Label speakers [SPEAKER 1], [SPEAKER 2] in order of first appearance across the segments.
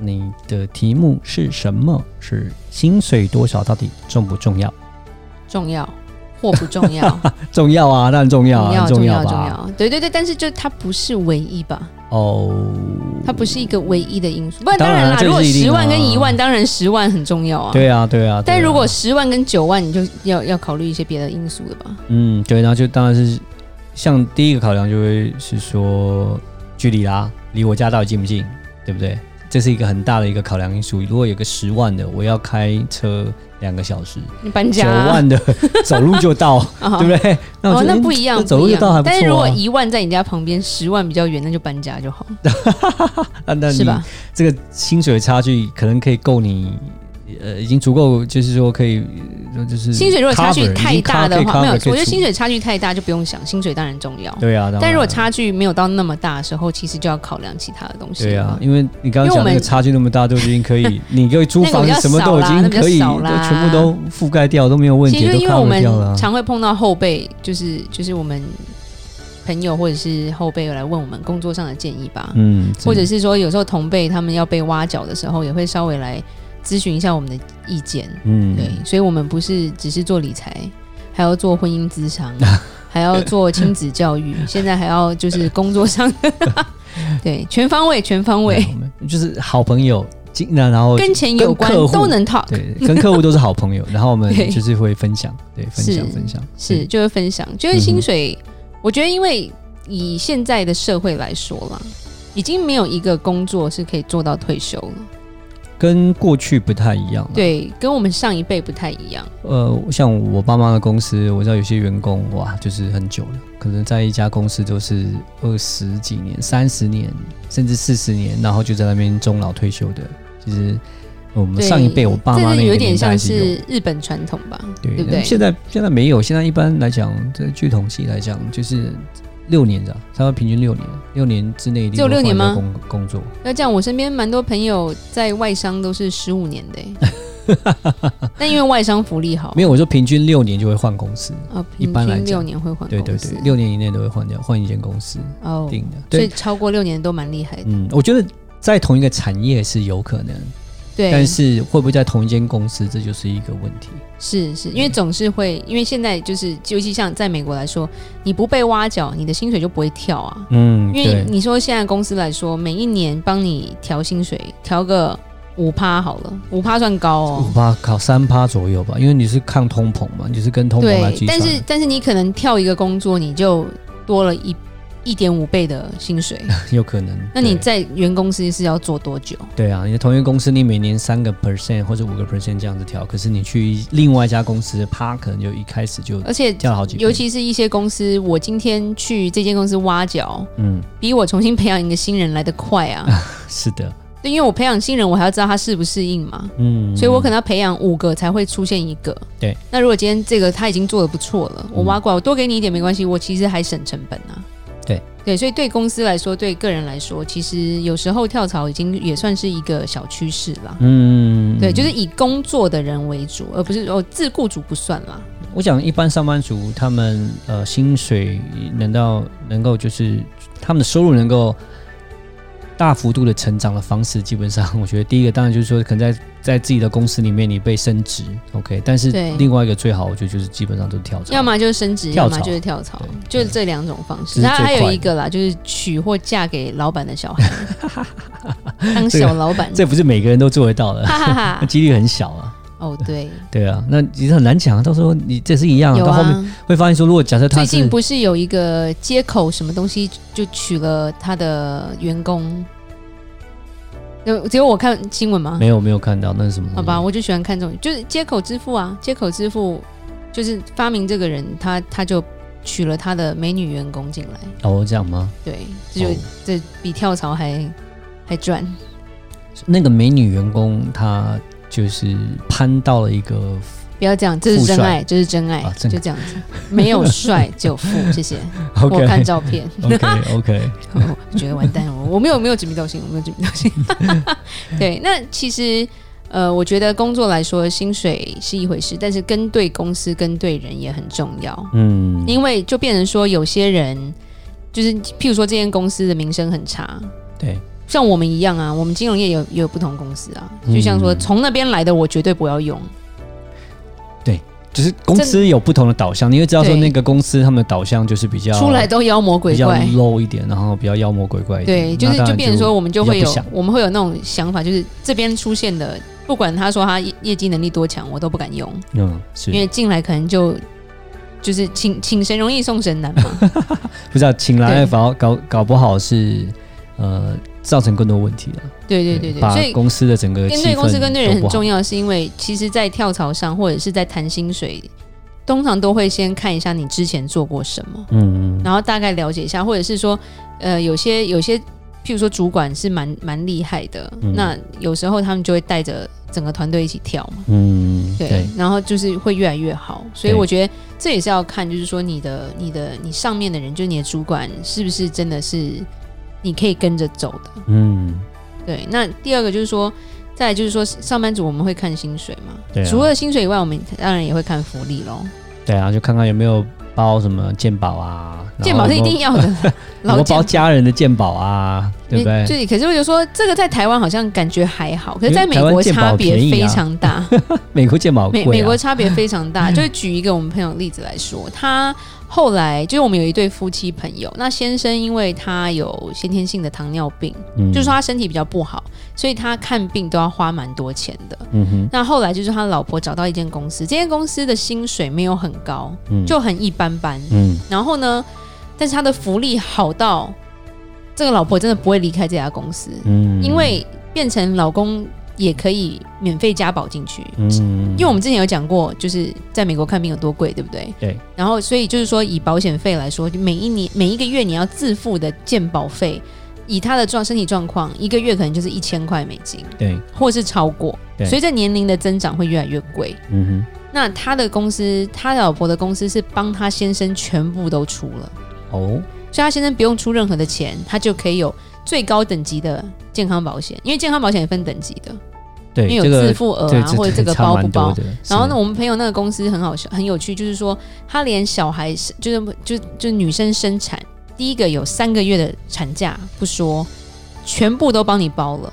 [SPEAKER 1] 你的题目是什么？是薪水多少到底重不重要？
[SPEAKER 2] 重要或不重要？
[SPEAKER 1] 重要啊，当然重要
[SPEAKER 2] 重
[SPEAKER 1] 啊，
[SPEAKER 2] 要
[SPEAKER 1] 很重
[SPEAKER 2] 重
[SPEAKER 1] 要
[SPEAKER 2] 要重
[SPEAKER 1] 吧？
[SPEAKER 2] 要。对对对，但是就它不是唯一吧？
[SPEAKER 1] 哦，
[SPEAKER 2] 它不是一个唯一的因素。不然
[SPEAKER 1] 当
[SPEAKER 2] 当
[SPEAKER 1] 然
[SPEAKER 2] 然
[SPEAKER 1] 啊
[SPEAKER 2] 啦，
[SPEAKER 1] 这个
[SPEAKER 2] 如果
[SPEAKER 1] 是一定
[SPEAKER 2] 十万
[SPEAKER 1] 的啊
[SPEAKER 2] 跟一万，当然十万很重要啊。。
[SPEAKER 1] 对啊，对啊。对
[SPEAKER 2] 但
[SPEAKER 1] 啊
[SPEAKER 2] 如果十万跟九万，你就要要考虑一些别的因素了吧？
[SPEAKER 1] 嗯，对，然后就当然是像第一个考量就会是说距离啦，离我家到底近不近，对不对？这是一个很大的一个考量因素。如果有个十万的，我要开车两个小 时；
[SPEAKER 2] 你搬
[SPEAKER 1] 九
[SPEAKER 2] 家啊、
[SPEAKER 1] 万 的走路就到，
[SPEAKER 2] 啊哈
[SPEAKER 1] 对不对？那我
[SPEAKER 2] 哦，
[SPEAKER 1] 觉得、
[SPEAKER 2] 那
[SPEAKER 1] 嗯
[SPEAKER 2] 不一样，
[SPEAKER 1] 这走
[SPEAKER 2] 不
[SPEAKER 1] 路就
[SPEAKER 2] 一样。
[SPEAKER 1] 到还不错、啊。
[SPEAKER 2] 但是如果一万在你家旁边，十万比较远，那就搬家就好，
[SPEAKER 1] 啊那
[SPEAKER 2] 是
[SPEAKER 1] 你
[SPEAKER 2] 吧？
[SPEAKER 1] 这个薪水差距可能可以够你。呃，已经足够，就是说可以，呃就是
[SPEAKER 2] 薪水如果差距
[SPEAKER 1] cover，已经
[SPEAKER 2] 太大的
[SPEAKER 1] cover，可以
[SPEAKER 2] 话，没有，我
[SPEAKER 1] cover，可以
[SPEAKER 2] 觉得
[SPEAKER 1] 出
[SPEAKER 2] 薪水差距太大就不用想，薪水当然重要。
[SPEAKER 1] 对啊，当
[SPEAKER 2] 但
[SPEAKER 1] 然
[SPEAKER 2] 如果
[SPEAKER 1] 啊
[SPEAKER 2] 差距没有到那么大的时候，其实就要考量其他的东西了。
[SPEAKER 1] 对啊，因为你刚刚讲
[SPEAKER 2] 因为我
[SPEAKER 1] 那个
[SPEAKER 2] 们
[SPEAKER 1] 差距那么大，都已经可 以，你各位租房
[SPEAKER 2] 那个比较
[SPEAKER 1] 什么都已
[SPEAKER 2] 少啦
[SPEAKER 1] 经
[SPEAKER 2] 那比较
[SPEAKER 1] 可以，
[SPEAKER 2] 少啦
[SPEAKER 1] 都全部都覆盖掉，都没有问
[SPEAKER 2] 其
[SPEAKER 1] 题，
[SPEAKER 2] 实
[SPEAKER 1] 都
[SPEAKER 2] 因为我
[SPEAKER 1] cover
[SPEAKER 2] 们
[SPEAKER 1] 掉了啊。
[SPEAKER 2] 常会碰到后辈，就是就是我们朋友或者是后辈有来问我们工作上的建议吧，
[SPEAKER 1] 嗯，
[SPEAKER 2] 或者是说有时候同辈他们要被挖角的时候，也会稍微来咨询一下我们的意见。
[SPEAKER 1] 嗯，
[SPEAKER 2] 对，所以我们不是只是做理财，还要做婚姻咨 商，还要做亲子教育，现在还要就是工作上 的，对，全方位，全方位，
[SPEAKER 1] 我们就是好朋友，经那然后
[SPEAKER 2] 跟钱有关
[SPEAKER 1] 跟客户
[SPEAKER 2] 都能 talk，
[SPEAKER 1] 对跟客户都是好朋友，然后我们
[SPEAKER 2] 对
[SPEAKER 1] 就是会分享，对，分享
[SPEAKER 2] 是
[SPEAKER 1] 分享
[SPEAKER 2] 是
[SPEAKER 1] 对
[SPEAKER 2] 就会分享，
[SPEAKER 1] 嗯
[SPEAKER 2] 就是
[SPEAKER 1] 哼
[SPEAKER 2] 薪水，我觉得因为以现在的社会来说啦，已经没有一个工作是可以做到退休了，
[SPEAKER 1] 跟过去不太一样了。
[SPEAKER 2] 对，跟我们上一辈不太一样，
[SPEAKER 1] 呃，像我爸妈的公司，我知道有些员工哇，就是很久了，可能在一家公司都是二十几年、三十年，甚至四十年，然后就在那边终老退休的。其实呃我们
[SPEAKER 2] 对，
[SPEAKER 1] 上一辈，我爸妈
[SPEAKER 2] 这
[SPEAKER 1] 那
[SPEAKER 2] 是
[SPEAKER 1] 个
[SPEAKER 2] 有
[SPEAKER 1] 年
[SPEAKER 2] 点
[SPEAKER 1] 代
[SPEAKER 2] 像
[SPEAKER 1] 是有
[SPEAKER 2] 是日本传统吧，
[SPEAKER 1] 对，
[SPEAKER 2] 对不
[SPEAKER 1] 那
[SPEAKER 2] 对？
[SPEAKER 1] 现在现在没有，现在一般来讲，这据统计来讲，就是六年的，差不多平均六年，六年之内一定
[SPEAKER 2] 只有
[SPEAKER 1] 会
[SPEAKER 2] 六
[SPEAKER 1] 换
[SPEAKER 2] 年
[SPEAKER 1] 一个
[SPEAKER 2] 吗哦
[SPEAKER 1] 工工作，
[SPEAKER 2] 要这样，我身边蛮多朋友在外商都是十五年的欸、 但因为外商福利好，
[SPEAKER 1] 没有，我说平均六年就会换公司。
[SPEAKER 2] 啊，
[SPEAKER 1] 一
[SPEAKER 2] 平
[SPEAKER 1] 般来
[SPEAKER 2] 均
[SPEAKER 1] 讲
[SPEAKER 2] 六年会换
[SPEAKER 1] 对对
[SPEAKER 2] 哦公司
[SPEAKER 1] 对，六年以内都会换掉，换一间公司
[SPEAKER 2] 哦，
[SPEAKER 1] 定的。
[SPEAKER 2] 所
[SPEAKER 1] 对
[SPEAKER 2] 以，超过六年都蛮厉害的，
[SPEAKER 1] 嗯，我觉得在同一个产业是有可能，
[SPEAKER 2] 对，
[SPEAKER 1] 但是会不会在同一间公司，这就是一个问题。
[SPEAKER 2] 是是因为总是会，因为现在就是，尤其像在美国来说，你不被挖角，你的薪水就不会跳啊。
[SPEAKER 1] 嗯
[SPEAKER 2] 因为，你说现在公司来说，每一年帮你调薪水，调个五趴好了，五趴算高哦
[SPEAKER 1] 五。趴考三趴左右吧，因为你是抗通膨嘛，你是跟通膨来啊
[SPEAKER 2] 对
[SPEAKER 1] 计，算。
[SPEAKER 2] 但是但是你可能跳一个工作，你就多了一一点五倍的 薪水。
[SPEAKER 1] 有可能，
[SPEAKER 2] 那你
[SPEAKER 1] 对
[SPEAKER 2] 在原公司是要做多久？
[SPEAKER 1] 对啊，你的同一个公司，你每年三个 percent 或者五个 percent 这样子调，可是你去另外一家公司，啪，可能就一开始就
[SPEAKER 2] 而且，
[SPEAKER 1] 降了好几倍。
[SPEAKER 2] 呃尤其是一些公司，我今天去这间公司挖角，
[SPEAKER 1] 嗯，
[SPEAKER 2] 比我重新培养一个新人来得快 啊。
[SPEAKER 1] 是的，
[SPEAKER 2] 对，因为我培养新人，我还要知道他适不适应嘛。
[SPEAKER 1] 嗯，
[SPEAKER 2] 所以我可能要培养五个才会出现一个。
[SPEAKER 1] 对，
[SPEAKER 2] 那如果今天这个他已经做的不错了，我
[SPEAKER 1] 嗯
[SPEAKER 2] 挖过来，我多给你一点没关系，我其实还省成本啊。
[SPEAKER 1] 对
[SPEAKER 2] 对，所以对公司来说，对个人来说，其实有时候跳槽已经也算是一个小趋势啦。
[SPEAKER 1] 嗯，
[SPEAKER 2] 对，就是以工作的人为主，而不是哦自雇主不算啦。
[SPEAKER 1] 我想一般上班族他们呃薪水难道能够就是他们的收入能够大幅度的成长的方式，基本上我觉得第一个当然就是说可能在在自己的公司里面你被升 职，OK，但是
[SPEAKER 2] 对
[SPEAKER 1] 另外一个最好我觉得就是基本上都是跳槽，
[SPEAKER 2] 要么就是升职，
[SPEAKER 1] 跳
[SPEAKER 2] 要
[SPEAKER 1] 槽
[SPEAKER 2] 么就是跳槽，
[SPEAKER 1] 对
[SPEAKER 2] 就是这两种方式。
[SPEAKER 1] 这是
[SPEAKER 2] 然后
[SPEAKER 1] 最
[SPEAKER 2] 还有
[SPEAKER 1] 快
[SPEAKER 2] 一个啦，就是娶或嫁给老板的小孩， 当小老板，
[SPEAKER 1] 这不是每个人都做得到 的，
[SPEAKER 2] 哈哈哈
[SPEAKER 1] 那。几率很小啊。
[SPEAKER 2] 哦，对，
[SPEAKER 1] 对啊，那其实很难讲啊。到时候你 这是一样啊，
[SPEAKER 2] 有
[SPEAKER 1] 到后
[SPEAKER 2] 啊
[SPEAKER 1] 面。会发现说，如果假设他
[SPEAKER 2] 最近
[SPEAKER 1] 是
[SPEAKER 2] 不是有一个接口什么东西就娶了他的员工？有只有我看新闻吗？
[SPEAKER 1] 没有没有看到，那是什么？
[SPEAKER 2] 好吧，，我就喜欢看这种，就是接口支付啊，接口支付就是发明这个人，他他就娶了他的美女员工进来，
[SPEAKER 1] 哦，这样吗？
[SPEAKER 2] 对，这就、
[SPEAKER 1] 哦
[SPEAKER 2] 这比跳槽还还赚，
[SPEAKER 1] 那个美女员工她就是攀到了一个
[SPEAKER 2] 不要这样，这是
[SPEAKER 1] 富
[SPEAKER 2] 真
[SPEAKER 1] 帅
[SPEAKER 2] 爱，这是真爱
[SPEAKER 1] 啊，真
[SPEAKER 2] 就这样子，没有帅就富，谢谢。我看
[SPEAKER 1] OK
[SPEAKER 2] 照 片，
[SPEAKER 1] OK OK，
[SPEAKER 2] 我觉得完蛋了，我我没有没有指名道姓，我没有指名道姓。 对，那其实呃，我觉得工作来说，薪水是一回事，但是跟对公司、跟对人也很重要，
[SPEAKER 1] 嗯，
[SPEAKER 2] 因为就变成说有些人就是，譬如说这间公司的名声很差。
[SPEAKER 1] 对，
[SPEAKER 2] 像我们一样啊，我们金融业有也有不同公司啊，就像说
[SPEAKER 1] 嗯
[SPEAKER 2] 从那边来的，我绝对不要用。
[SPEAKER 1] 就是公司有不同的导向，你会知道说
[SPEAKER 2] 对
[SPEAKER 1] 那个公司他们的导向就是比较
[SPEAKER 2] 出来都妖魔鬼
[SPEAKER 1] 比较
[SPEAKER 2] 怪。
[SPEAKER 1] low 一点，然后比较妖魔鬼怪一
[SPEAKER 2] 对，
[SPEAKER 1] 点。
[SPEAKER 2] 就是
[SPEAKER 1] 那当然
[SPEAKER 2] 就变成说，我们就
[SPEAKER 1] 比较
[SPEAKER 2] 会
[SPEAKER 1] 不
[SPEAKER 2] 有
[SPEAKER 1] 想
[SPEAKER 2] 我们会有那种想法，就是这边出现的，不管他说他业业绩能力多强，我都不敢用，
[SPEAKER 1] 嗯，是
[SPEAKER 2] 因为进来可能就就是请请神容易送神难 嘛。
[SPEAKER 1] 不知道请
[SPEAKER 2] 对
[SPEAKER 1] 来搞搞搞不好是呃造成更多问题了。
[SPEAKER 2] 对对对对，
[SPEAKER 1] 把
[SPEAKER 2] 所以
[SPEAKER 1] 公司的整个
[SPEAKER 2] 跟对
[SPEAKER 1] 气氛
[SPEAKER 2] 公司跟对人
[SPEAKER 1] 都不
[SPEAKER 2] 很
[SPEAKER 1] 好
[SPEAKER 2] 重要，是因为其实，在跳槽上或者是在谈薪水，通常都会先看一下你之前做过什么。
[SPEAKER 1] 嗯嗯
[SPEAKER 2] 然后大概了解一下，或者是说，呃，有些有些，譬如说主管是蛮蛮厉害的，
[SPEAKER 1] 嗯
[SPEAKER 2] 那有时候他们就会带着整个团队一起跳嘛，
[SPEAKER 1] 嗯，
[SPEAKER 2] 对，
[SPEAKER 1] 对，
[SPEAKER 2] 然后就是会越来越好。所以
[SPEAKER 1] 对
[SPEAKER 2] 我觉得这也是要看，就是说你的你的你上面的人，就是你的主管是不是真的是你可以跟着走的。
[SPEAKER 1] 嗯，
[SPEAKER 2] 对，那第二个就是说。再来就是说，上班族我们会看薪水嘛？
[SPEAKER 1] 对啊
[SPEAKER 2] 除了薪水以外，我们当然也会看福利喽。
[SPEAKER 1] 对啊，就看看有没有包什么鉴宝啊，
[SPEAKER 2] 健保是一定
[SPEAKER 1] 要，
[SPEAKER 2] 要的，
[SPEAKER 1] 有
[SPEAKER 2] 老
[SPEAKER 1] 没有
[SPEAKER 2] 健
[SPEAKER 1] 包家人的鉴宝啊，对不对？
[SPEAKER 2] 就是，可是我就说这个在台湾好像感觉还好，可是在美
[SPEAKER 1] 因
[SPEAKER 2] 国
[SPEAKER 1] 为台湾健保
[SPEAKER 2] 差别
[SPEAKER 1] 便宜
[SPEAKER 2] 非
[SPEAKER 1] 啊
[SPEAKER 2] 常大。
[SPEAKER 1] 美国鉴宝贵
[SPEAKER 2] 美
[SPEAKER 1] 啊，
[SPEAKER 2] 美国差别非 常大。就举一个我们朋友例子来说，他后来就是我们有一对夫妻朋友，那先生因为他有先天性的糖尿病，
[SPEAKER 1] 嗯
[SPEAKER 2] 就是说他身体比较不好，所以他看病都要花蛮多钱的。
[SPEAKER 1] 嗯哼
[SPEAKER 2] 那后来就是他老婆找到一间公司，这间公司的薪水没有很高，
[SPEAKER 1] 嗯
[SPEAKER 2] 就很一般般。
[SPEAKER 1] 嗯
[SPEAKER 2] 然后呢，但是他的福利好到这个老婆真的不会离开这家公司，
[SPEAKER 1] 嗯
[SPEAKER 2] 因为变成老公也可以免费加保进去。
[SPEAKER 1] 嗯
[SPEAKER 2] 因为我们之前有讲过，就是在美国看病有多贵，对不对？
[SPEAKER 1] 对。
[SPEAKER 2] 然后，所以就是说，以保险费来说，每一年每一个月你要自付的健保费，以他的状身体状况，一个月可能就是一千块美金，
[SPEAKER 1] 对，
[SPEAKER 2] 或是超过。
[SPEAKER 1] 对
[SPEAKER 2] 随着年龄的增长，会越来越贵。
[SPEAKER 1] 嗯
[SPEAKER 2] 那他的公司，他老婆的公司是帮他先生全部都出了，
[SPEAKER 1] 哼，哦，
[SPEAKER 2] 所以他先生不用出任何的钱，他就可以有最高等级的健康保险，因为健康保险也分等级的，
[SPEAKER 1] 对，
[SPEAKER 2] 因为
[SPEAKER 1] 这
[SPEAKER 2] 有
[SPEAKER 1] 个
[SPEAKER 2] 自付额
[SPEAKER 1] 对
[SPEAKER 2] 啊，或者这个包不包。？
[SPEAKER 1] 这
[SPEAKER 2] 然后呢，
[SPEAKER 1] 我
[SPEAKER 2] 我们朋友那个公司很好笑，很有趣，就是说他连小孩生就是就就女生生产，第一个有三个月的产假不说，全部都帮你包了，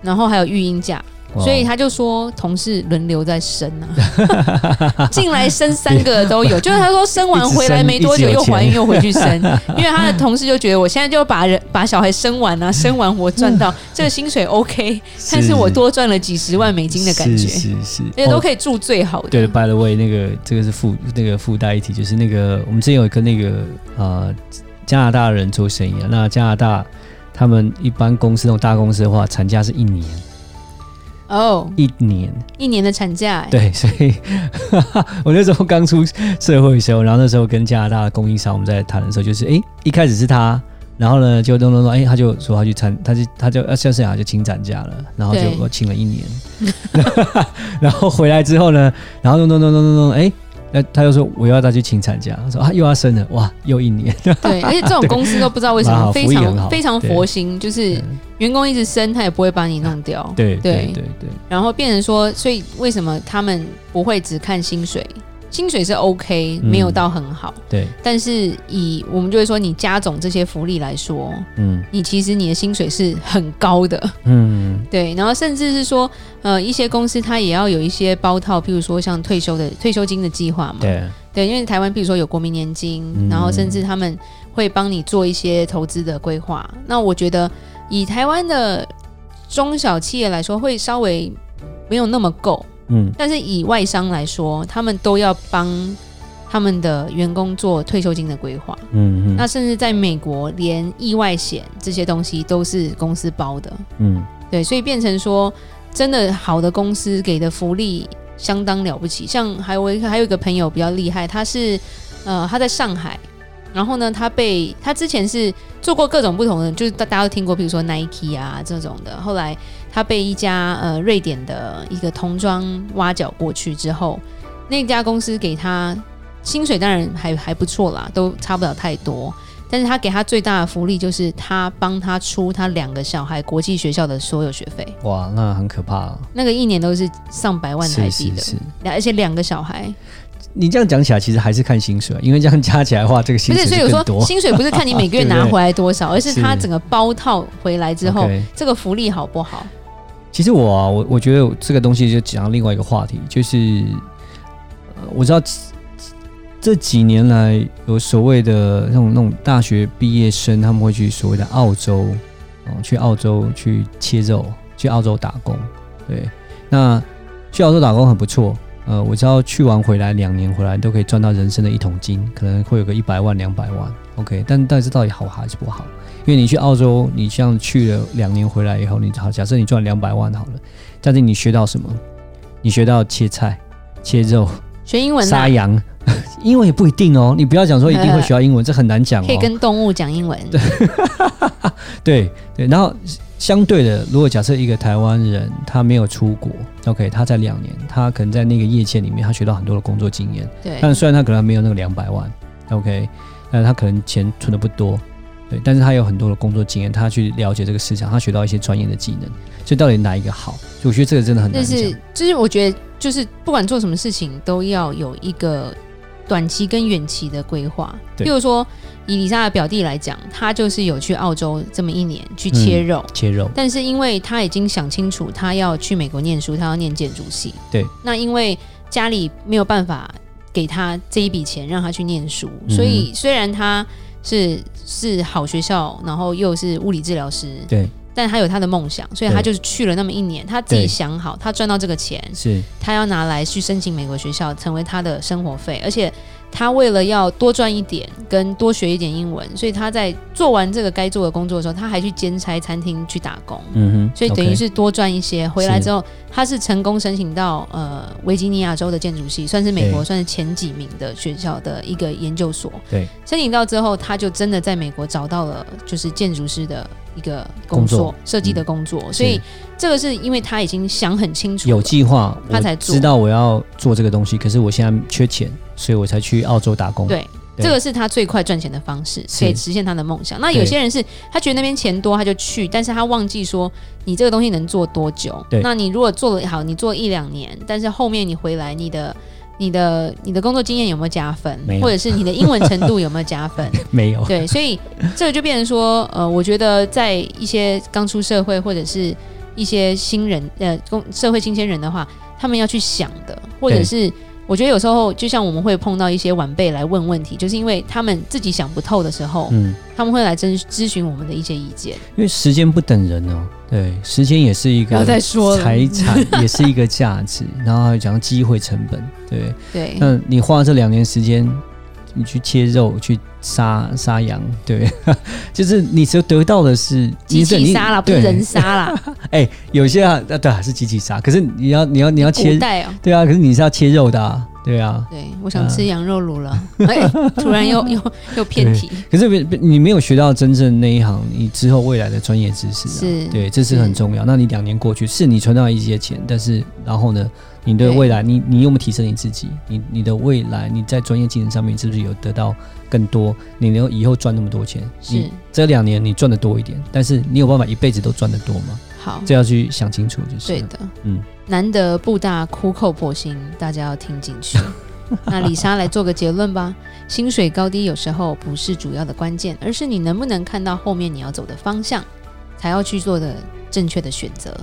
[SPEAKER 2] 然后还有育婴假，所以他就说同事轮流在生啊， 进来生三个都有，就是他说生完回来没多久又怀孕又回去生， 因为他的同事就觉得我现在就把人把小孩生完啊，生完我赚 到这个薪水 OK，但是我多赚了几十万美金的感觉。
[SPEAKER 1] 是是是，
[SPEAKER 2] 而且都
[SPEAKER 1] 以。
[SPEAKER 2] 可以住最好的。
[SPEAKER 1] 对，by the way，那个这个是附那个附带一题，就是那个我们之前有一个那个呃加拿大人做生意啊，那加拿大他们一般公司那种大公司的话，产假是一年
[SPEAKER 2] 哦
[SPEAKER 1] 一年，
[SPEAKER 2] 一年的产假、欸，
[SPEAKER 1] 对，所以 我那时候刚出社会的时候，然后那时候跟加拿大的供应商我们在谈的时候，就是诶，一开始是他，然后呢就咚咚咚，诶，他就说他去参，他就他就呃像是他就请产假了，然后就
[SPEAKER 2] 对
[SPEAKER 1] 我请了一年， 然后回来之后呢，然后咚咚咚咚咚咚，诶，那他就说我要再去请产假，他说啊又要生了，哇，又一年，
[SPEAKER 2] 哎对，而且这种公司都不知道为什
[SPEAKER 1] 蛮
[SPEAKER 2] 么
[SPEAKER 1] 好
[SPEAKER 2] 非
[SPEAKER 1] 福利很
[SPEAKER 2] 常
[SPEAKER 1] 好
[SPEAKER 2] 非常佛心，就是
[SPEAKER 1] 嗯
[SPEAKER 2] 员工一直生，他也不会把你弄掉。
[SPEAKER 1] 对对
[SPEAKER 2] 对
[SPEAKER 1] 对对，
[SPEAKER 2] 然后变成说，所以为什么他们不会只看薪水？薪水是 OK，
[SPEAKER 1] 嗯
[SPEAKER 2] 没有到很好，
[SPEAKER 1] 对，
[SPEAKER 2] 但是以我们就会说，你加总这些福利来说，
[SPEAKER 1] 嗯
[SPEAKER 2] 你其实你的薪水是很高的，
[SPEAKER 1] 嗯
[SPEAKER 2] 对。然后甚至是说，呃，一些公司它也要有一些包套，譬如说像退休的退休金的计划嘛，
[SPEAKER 1] 对，
[SPEAKER 2] 对，因为台湾比如说有国民年金，
[SPEAKER 1] 嗯
[SPEAKER 2] 然后甚至他们会帮你做一些投资的规划。那我觉得以台湾的中小企业来说，会稍微没有那么够，
[SPEAKER 1] 嗯
[SPEAKER 2] 但是以外商来说，他们都要帮他们的员工做退休金的规划。
[SPEAKER 1] 嗯
[SPEAKER 2] 那
[SPEAKER 1] 嗯
[SPEAKER 2] 甚至在美国，连意外险这些东西都是公司包的。
[SPEAKER 1] 嗯，
[SPEAKER 2] 对，所以变成说，真的好的公司给的福利相当了不起。像还有一个还有一个朋友比较厉害，他是呃他在上海，然后呢他被他之前是做过各种不同的，就是大大家都听过，比如说 Nike 啊这种的。后来他被一家呃瑞典的一个童装挖角过去之后，那家公司给他薪水当然还还不错啦，都差不了太多。但是他给他最大的福利就是他帮他出他两个小孩国际学校的所有学费，
[SPEAKER 1] 哇，那很可怕、啊。
[SPEAKER 2] 那个一年都是上百万台
[SPEAKER 1] 是
[SPEAKER 2] 币
[SPEAKER 1] 是
[SPEAKER 2] 的，
[SPEAKER 1] 是，
[SPEAKER 2] 而且两个 小孩，
[SPEAKER 1] 你这样讲起来，其实还是看薪水啊，因为这样加起来的话，这个薪
[SPEAKER 2] 不
[SPEAKER 1] 水
[SPEAKER 2] 是，所以
[SPEAKER 1] 是
[SPEAKER 2] 我
[SPEAKER 1] 更
[SPEAKER 2] 说
[SPEAKER 1] 多。
[SPEAKER 2] 薪水不是看你每个
[SPEAKER 1] 对
[SPEAKER 2] 月
[SPEAKER 1] 不对
[SPEAKER 2] 拿回来多少，而是
[SPEAKER 1] 是
[SPEAKER 2] 他整个包套回来之后
[SPEAKER 1] OK
[SPEAKER 2] 这个福利好不好？
[SPEAKER 1] 其实我啊，我我觉得这个东西就讲到另外一个话题，就是、呃我知道这这几年来有所谓的那种那种大学毕业生，他们会去所谓的澳洲，哦、去澳洲去切肉，去澳洲打工。对，那去澳洲打工很不错。呃，我知道去完回来两年回来都可以赚到人生的一桶金，可能会有个一百万两百万，OK。但但是到底好还是不好？因为你去澳洲，你像去了两年回来以后，你好，假设你赚两百万好了，但是你学到什么？你学到切菜、切肉、
[SPEAKER 2] 学英文啊啦
[SPEAKER 1] 杀，羊， 英文也不一定哦。你不要讲说一定会学到英文，这很难讲哦。
[SPEAKER 2] 可以跟动物讲 英文，
[SPEAKER 1] 对对，然后相对的，如果假设一个台湾人他没有出国，OK，他在两年，他可能在那个业界里面，他学到很多的工作经验。
[SPEAKER 2] 对，
[SPEAKER 1] 但虽然他可能没有那个两百万，OK，但他可能钱存的不多，对，但是他有很多的工作经验，他去了解这个市场，他学到一些专业的技能，所以到底哪一个好？所以我觉得这个真的很难
[SPEAKER 2] 但
[SPEAKER 1] 讲。
[SPEAKER 2] 是就是我觉得就是不管做什么事情都要有一个短期跟远期的规划。
[SPEAKER 1] 对
[SPEAKER 2] 譬如说以李莎的表弟来讲，他就是有去澳洲这么一年去切肉，
[SPEAKER 1] 切肉，
[SPEAKER 2] 但是因为他已经想清楚，他要去美国念书，他要念建筑系。
[SPEAKER 1] 对，
[SPEAKER 2] 那因为家里没有办法给他这一笔钱让他去念书，
[SPEAKER 1] 嗯
[SPEAKER 2] 所以虽然他是是好学校，然后又是物理治疗师，
[SPEAKER 1] 对，
[SPEAKER 2] 但他有他的梦想，所以
[SPEAKER 1] 对
[SPEAKER 2] 他就是去了那么一年，他自己
[SPEAKER 1] 对
[SPEAKER 2] 想好，他赚到这个钱，
[SPEAKER 1] 是
[SPEAKER 2] 他要拿来去申请美国学校，成为他的生活费，而且。他为了要多赚一点，跟多学一点英文，所以他在做完这个该做的工作的时候，他还去兼差餐厅去打工。
[SPEAKER 1] 嗯哼，
[SPEAKER 2] 所以等于
[SPEAKER 1] OK，
[SPEAKER 2] 是多赚一些。回来之后，他是成功申请到呃维吉尼亚州的建筑系，算是美国
[SPEAKER 1] 对
[SPEAKER 2] 算是前几名的学校的一个研究所。
[SPEAKER 1] 对，
[SPEAKER 2] 申请到之后，他就真的在美国找到了就是建筑师的一个工
[SPEAKER 1] 工
[SPEAKER 2] 作
[SPEAKER 1] 作，
[SPEAKER 2] 设计的工作。所以
[SPEAKER 1] 是
[SPEAKER 2] 这个是因为他已经想很清楚了，
[SPEAKER 1] 有计划，
[SPEAKER 2] 他才
[SPEAKER 1] 我
[SPEAKER 2] 做
[SPEAKER 1] 知道我要做这个东西，可是我现在缺钱，所以我才去澳洲打工。
[SPEAKER 2] 对。
[SPEAKER 1] 对
[SPEAKER 2] 这个是他最快赚钱的方式，
[SPEAKER 1] 是
[SPEAKER 2] 可以实现他的梦想。那有
[SPEAKER 1] 对
[SPEAKER 2] 些人是他觉得那边钱多，他就去，但是他忘记说你这个东西能做多久。
[SPEAKER 1] 对
[SPEAKER 2] 那你如果做了好，你做一两年，但是后面你回来，你的、你的、你的工作经验有没有加分
[SPEAKER 1] 没，有
[SPEAKER 2] 或者是你的英文程度有没有 加分？
[SPEAKER 1] 没有，
[SPEAKER 2] 对，所以这个就变成说，呃，我觉得在一些刚出社会或者是一些新人，呃，工社会新鲜人的话，他们要去想的，或者
[SPEAKER 1] 对
[SPEAKER 2] 是我觉得有时候就像我们会碰到一些晚辈来问问题，就是因为他们自己想不透的时候，
[SPEAKER 1] 嗯，
[SPEAKER 2] 他们会来咨咨询我们的一些意见。
[SPEAKER 1] 因为时间不等人哦，对，时间也是一
[SPEAKER 2] 不要
[SPEAKER 1] 个
[SPEAKER 2] 再说了
[SPEAKER 1] 财产也是一个价值，然后还有讲机会成本，对，
[SPEAKER 2] 对，
[SPEAKER 1] 那你花这两年时间，你去切肉，去杀杀羊，对， 就是你所得到的是
[SPEAKER 2] 机
[SPEAKER 1] 你
[SPEAKER 2] 器
[SPEAKER 1] 你
[SPEAKER 2] 杀啦，不是
[SPEAKER 1] 对
[SPEAKER 2] 人杀 啦，
[SPEAKER 1] 有些啊，啊对啊，是机器杀，可是你要你要你要
[SPEAKER 2] 古
[SPEAKER 1] 切，
[SPEAKER 2] 代哦、
[SPEAKER 1] 对啊，可是你是要切肉的、啊，对啊，
[SPEAKER 2] 对，我想吃羊肉炉了，哎、突然又又 又偏题，
[SPEAKER 1] 可是别别你没有学到真正那一行，你之后未来的专业知识、啊，
[SPEAKER 2] 是
[SPEAKER 1] 对，这是
[SPEAKER 2] 嗯
[SPEAKER 1] 很重要。那你两年过去，是你存到一些钱，但是然后呢，你对
[SPEAKER 2] 对
[SPEAKER 1] 未来，你你有没有提升你自己？你你的未来，你在专业技能上面是不是有得到更多？你能以后赚那么多钱？
[SPEAKER 2] 是
[SPEAKER 1] 你这两年你赚的多一点，但是你有办法一辈子都赚得多吗？
[SPEAKER 2] 好。
[SPEAKER 1] 这要去想清楚，就是
[SPEAKER 2] 嗯对
[SPEAKER 1] 了
[SPEAKER 2] 的，
[SPEAKER 1] 嗯
[SPEAKER 2] 难得布大苦口婆心，大家要听进 去。那李莎来做个结论吧。薪水高低有时候不是主要的关键，而是你能不能看到后面你要走的方向，才要去做的正确的选择。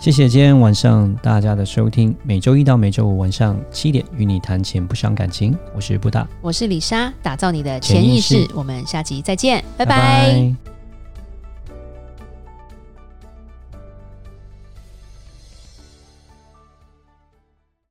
[SPEAKER 1] 谢谢今天晚上大家的收听，每周一到每周五晚上七点与你谈钱不伤感情，我是布大，
[SPEAKER 2] 我是李莎，打造你的潜意识。
[SPEAKER 1] 潜意识
[SPEAKER 2] 我们下集再见，拜拜
[SPEAKER 1] 拜